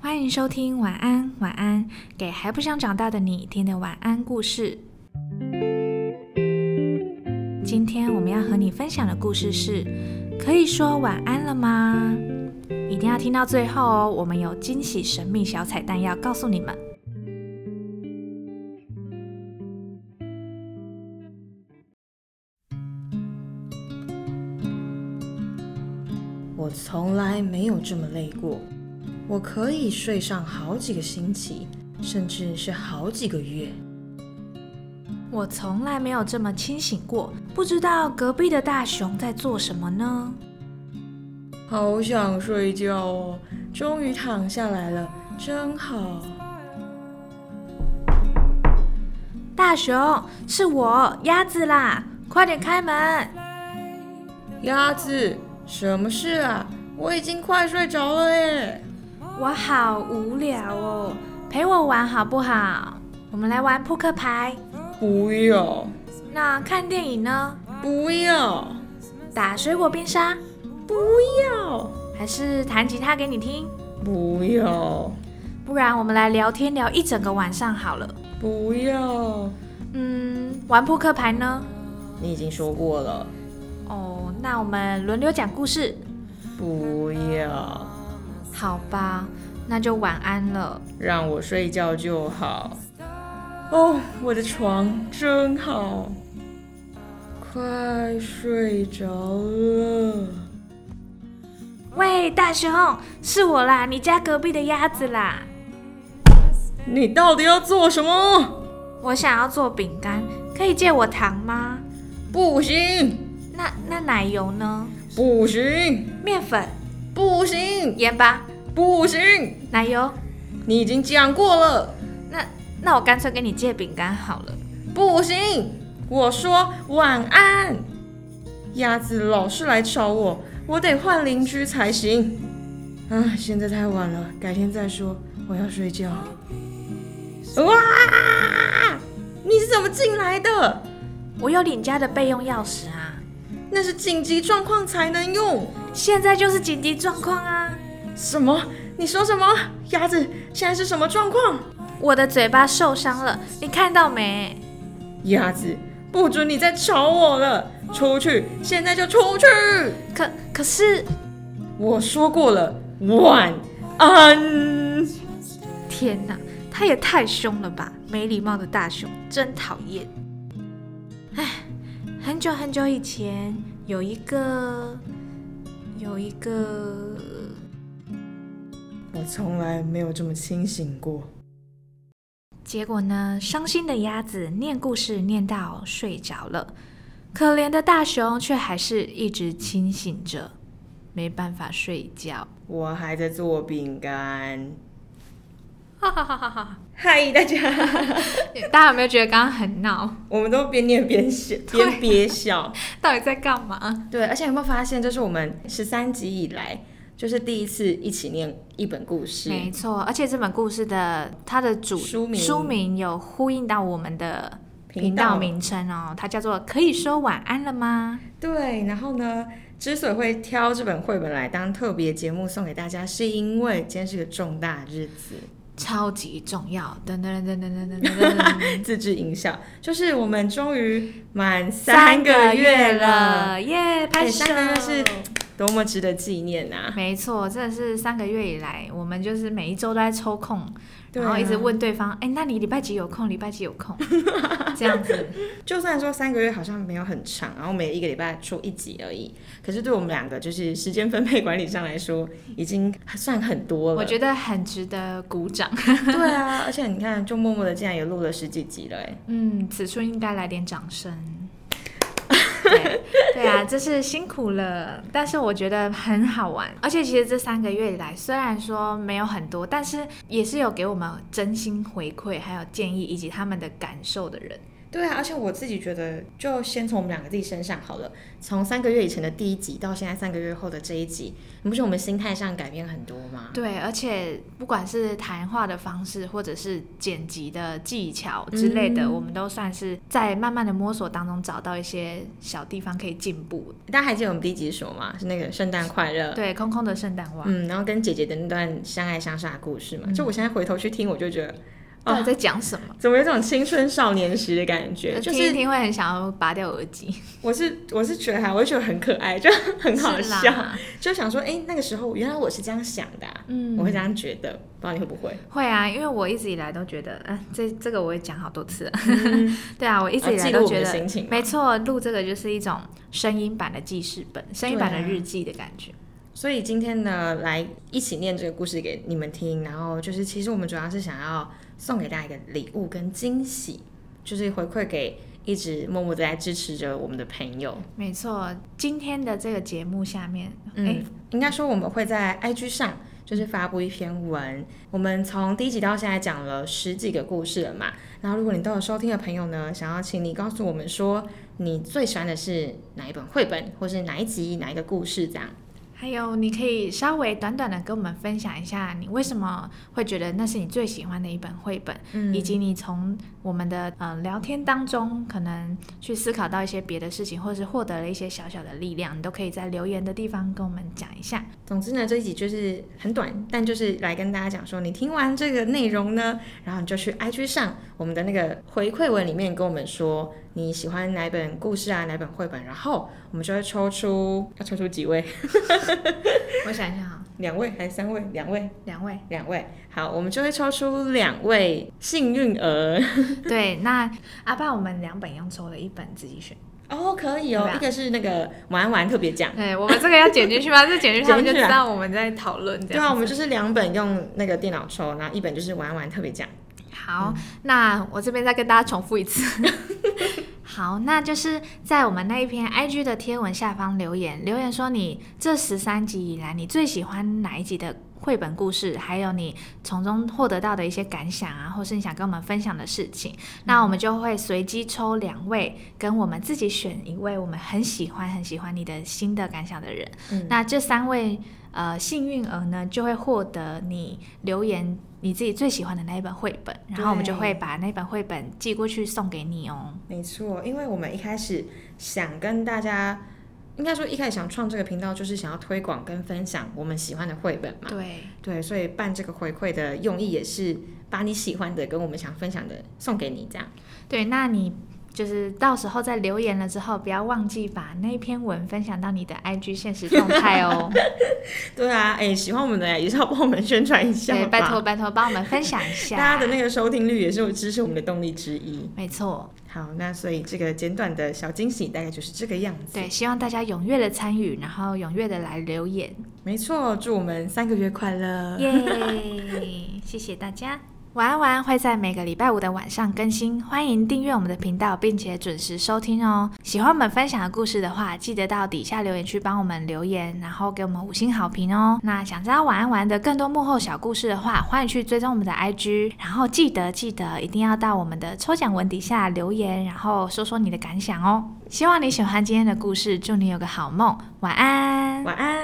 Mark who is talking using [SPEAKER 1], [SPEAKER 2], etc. [SPEAKER 1] 欢迎收听《晚安晚安》，给还不想长大的你听的晚安故事。今天我们要和你分享的故事是：可以说晚安了吗？一定要听到最后哦，我们有惊喜、神秘小彩蛋要告诉你们。
[SPEAKER 2] 我从来没有这么累过，我可以睡上好几个星期，甚至是好几个月。
[SPEAKER 1] 我从来没有这么清醒过，不知道隔壁的大熊在做什么呢？
[SPEAKER 2] 好想睡觉哦，终于躺下来了，真好。
[SPEAKER 1] 大熊，是我鸭子啦！快点开门！
[SPEAKER 2] 鸭子，什么事啊？我已经快睡着了哎。
[SPEAKER 1] 我好无聊哦，陪我玩好不好？我们来玩扑克牌。
[SPEAKER 2] 不要，
[SPEAKER 1] 那看电影呢？
[SPEAKER 2] 不要，
[SPEAKER 1] 打水果冰沙，
[SPEAKER 2] 不要，
[SPEAKER 1] 还是弹吉他给你听？
[SPEAKER 2] 不要，
[SPEAKER 1] 不然我们来聊天聊一整个晚上好了。
[SPEAKER 2] 不要。
[SPEAKER 1] 嗯，玩扑克牌呢？
[SPEAKER 2] 你已经说过了，
[SPEAKER 1] 哦，那我们轮流讲故事，
[SPEAKER 2] 不要，
[SPEAKER 1] 好吧？那就晚安了。
[SPEAKER 2] 让我睡觉就好。哦，我的床真好，快睡着了。
[SPEAKER 1] 喂，大熊，是我啦，你家隔壁的鸭子啦。
[SPEAKER 2] 你到底要做什么？
[SPEAKER 1] 我想要做饼干，可以借我糖吗？
[SPEAKER 2] 不行，
[SPEAKER 1] 那那奶油呢？
[SPEAKER 2] 不行，
[SPEAKER 1] 面粉、
[SPEAKER 2] 不行，
[SPEAKER 1] 盐巴、
[SPEAKER 2] 不行！
[SPEAKER 1] 奶油，
[SPEAKER 2] 你已经讲过了，
[SPEAKER 1] 那那我干脆跟你借饼干好了。
[SPEAKER 2] 不行！我说晚安。鸭子老是来吵我，我得换邻居才行。啊，现在太晚了，改天再说，我要睡觉。哇！你是怎么进来的？
[SPEAKER 1] 我有领家的备用钥匙啊，
[SPEAKER 2] 那是紧急状况才能用。
[SPEAKER 1] 现在就是紧急状况啊！
[SPEAKER 2] 什么？你说什么？鸭子，现在是什么状况？
[SPEAKER 1] 我的嘴巴受伤了，你看到没？
[SPEAKER 2] 鸭子，不准你再吵我了！出去，现在就出去！
[SPEAKER 1] 可可是，
[SPEAKER 2] 我说过了，晚安。
[SPEAKER 1] 天哪，他也太凶了吧！没礼貌的大熊，真讨厌。唉，很久很久以前，有一个，有一个，
[SPEAKER 2] 我从来没有这么清醒过。
[SPEAKER 1] 结果呢，伤心的鸭子念故事念到睡着了，可怜的大熊却还是一直清醒着，没办法睡觉。
[SPEAKER 2] 我还在做饼干。
[SPEAKER 1] 哈哈哈哈哈！
[SPEAKER 2] 嗨，大家，
[SPEAKER 1] 大家有没有觉得刚刚很闹？
[SPEAKER 2] 我们都边念边笑，边憋笑。
[SPEAKER 1] 到底在干嘛？
[SPEAKER 2] 对，而且有没有发现，这是我们十三集以来，就是第一次一起念一本故事。
[SPEAKER 1] 没错，而且这本故事的它的主
[SPEAKER 2] 书名
[SPEAKER 1] 书名有呼应到我们的频道名称哦，它叫做“可以说晚安了吗
[SPEAKER 2] 对，然后呢，之所以会挑这本绘本来当特别节目送给大家，是因为今天是个重大日子。”？
[SPEAKER 1] 超级重要！噔噔噔噔噔噔噔噔。
[SPEAKER 2] 自制音效，就是我们终于满
[SPEAKER 1] 三
[SPEAKER 2] 三
[SPEAKER 1] 个
[SPEAKER 2] 个
[SPEAKER 1] 月
[SPEAKER 2] 月了，
[SPEAKER 1] 了，耶！拍
[SPEAKER 2] 哎
[SPEAKER 1] 手。
[SPEAKER 2] 三个月是多么值得纪念 啊！
[SPEAKER 1] 没错，真的是三个月以来，我们就是每一周都在抽空，
[SPEAKER 2] 对啊
[SPEAKER 1] 然后一直问对方，哎、那你礼拜几有空？礼拜几有空？ 这样 子，
[SPEAKER 2] 就算说三个月好像没有很长，然后每一个礼拜出一集而已，可是对我们两个就是时间分配管理上来说，已经算很多了。
[SPEAKER 1] 我觉得很值得鼓掌。
[SPEAKER 2] 得对啊，而且你看，就默默的竟然也录了十几集了，哎，
[SPEAKER 1] 嗯，此处应该来点掌声。对对啊，这是辛苦了，但是我觉得很好玩。而且其实这三个月以来，虽然说没有很多，但是也是有给我们真心回馈，还有建议，以及他们的感受的人。
[SPEAKER 2] 对啊，而且我自己觉得，就先从我们两个自己身上好了。从三个月以前的第一集到现在三个月后的这一集，你不觉得我们心态上改变很多吗？
[SPEAKER 1] 对，而且不管是谈话的方式，或者是剪辑的技巧之类的，
[SPEAKER 2] 嗯
[SPEAKER 1] 我们都算是在慢慢的摸索当中找到一些小地方可以进步。
[SPEAKER 2] 大家还记得我们第一集是什么吗？是那个圣诞快乐。
[SPEAKER 1] 对，空空的圣诞袜，
[SPEAKER 2] 嗯，然后跟姐姐的那段相爱相杀的故事嘛，
[SPEAKER 1] 嗯
[SPEAKER 2] 就我现在回头去听，我就觉得
[SPEAKER 1] 到底在讲什么？
[SPEAKER 2] 怎么有一种青春少年时的感觉，就
[SPEAKER 1] 呃听一
[SPEAKER 2] 是
[SPEAKER 1] 听会很想要拔掉耳机，
[SPEAKER 2] 我是我是觉得还我就觉得很可爱，就很好
[SPEAKER 1] 是啦
[SPEAKER 2] 笑，就想说，哎、那个时候原来我是这样想的啊、
[SPEAKER 1] 嗯，
[SPEAKER 2] 我会这样觉得，不知道你会不会？
[SPEAKER 1] 会啊，因为我一直以来都觉得，嗯、这这个我也讲好多次了。 对啊，我一直以来
[SPEAKER 2] 啊记录
[SPEAKER 1] 都
[SPEAKER 2] 我
[SPEAKER 1] 觉
[SPEAKER 2] 们的
[SPEAKER 1] 得，
[SPEAKER 2] 心情嘛
[SPEAKER 1] 没错，录这个就是一种声音版的记事本，声音版
[SPEAKER 2] 啊
[SPEAKER 1] 的日记的感觉。
[SPEAKER 2] 所以今天呢，来一起念这个故事给你们听。然后就是，其实我们主要是想要送给大家一个礼物跟惊喜，就是回馈给一直默默的在支持着我们的朋友。
[SPEAKER 1] 没错，今天的这个节目下面，哎、
[SPEAKER 2] 嗯，应该说我们会在 IG 上就是发布一篇文。我们从第一集到现在讲了十几个故事了嘛。然后如果你都有收听的朋友呢，想要请你告诉我们说你最喜欢的是哪一本绘本，或是哪一集哪一个故事这样。
[SPEAKER 1] 还有你可以稍微短短的跟我们分享一下，你为什么会觉得那是你最喜欢的一本绘本，
[SPEAKER 2] 嗯
[SPEAKER 1] 以及你从我们的呃聊天当中，可能去思考到一些别的事情，或是获得了一些小小的力量，你都可以在留言的地方跟我们讲一下。
[SPEAKER 2] 总之呢，这一集就是很短，但就是来跟大家讲说，你听完这个内容呢，然后你就去 IG 上我们的那个回馈文里面跟我们说你喜欢哪本故事啊，哪本绘本，然后我们就会抽出要抽出几位，
[SPEAKER 1] 我想一下啊，
[SPEAKER 2] 两位还是三位？两位，
[SPEAKER 1] 两位。
[SPEAKER 2] 两位。好，我们就会抽出两位幸运儿。
[SPEAKER 1] 对，那阿爸，我们两本用抽了一本自己 选。
[SPEAKER 2] 哦，可以
[SPEAKER 1] 对
[SPEAKER 2] 哦
[SPEAKER 1] 啊，
[SPEAKER 2] 一个是那个晚安晚安特别奖，
[SPEAKER 1] 对，我们这个要剪进去吗？这剪进去他们就
[SPEAKER 2] 剪进去啊
[SPEAKER 1] 知道我们在讨论这
[SPEAKER 2] 对
[SPEAKER 1] 样。
[SPEAKER 2] 啊，我们就是两本用那个电脑抽，然后一本就是晚安晚安特别奖。
[SPEAKER 1] 好，那我这边再跟大家重复一次。好，那就是在我们那一篇 IG 的贴文下方留言，留言说你这十三集以来你最喜欢哪一集的绘本故事，还有你从中获得到的一些感想啊，或是你想跟我们分享的事情，那我们就会随机抽两位，跟我们自己选一位我们很喜欢很喜欢你的新的感想的人。
[SPEAKER 2] 嗯
[SPEAKER 1] 那这三位呃幸运儿呢，就会获得你留言你自己最喜欢的那一本绘本，然后我们就
[SPEAKER 2] 对
[SPEAKER 1] 会把那本绘本寄过去送给你哦。
[SPEAKER 2] 没错，因为我们一开始想跟大家，应该说一开始想创这个频道，就是想要推广跟分享我们喜欢的绘本嘛。
[SPEAKER 1] 对，
[SPEAKER 2] 对，所以办这个回馈的用意也是把你喜欢的跟我们想分享的送给你，这样。
[SPEAKER 1] 对，那你。就是到时候在留言了之后，不要忘记把那篇文分享到你的 IG 现实动态哦。
[SPEAKER 2] 对啊，哎、喜欢我们的也是要帮我们宣传一下
[SPEAKER 1] 对，
[SPEAKER 2] 吧
[SPEAKER 1] 拜托拜托，帮我们分享一下。
[SPEAKER 2] 大家的那个收听率也是我支持我们的动力之一。
[SPEAKER 1] 没错，
[SPEAKER 2] 好，那所以这个简短的小惊喜大概就是这个样子。
[SPEAKER 1] 对，希望大家踊跃的参与，然后踊跃的来留言，
[SPEAKER 2] 没错，祝我们三个月快乐。
[SPEAKER 1] 耶、谢谢大家。晚安晚安会在每个礼拜五的晚上更新，欢迎订阅我们的频道，并且准时收听哦。喜欢我们分享的故事的话，记得到底下留言区帮我们留言，然后给我们五星好评哦。那想知道晚安晚安的更多幕后小故事的话，欢迎去追踪我们的 IG，然后记得记得一定要到我们的抽奖文底下留言，然后说说你的感想哦。希望你喜欢今天的故事，祝你有个好梦，晚安。
[SPEAKER 2] 晚安。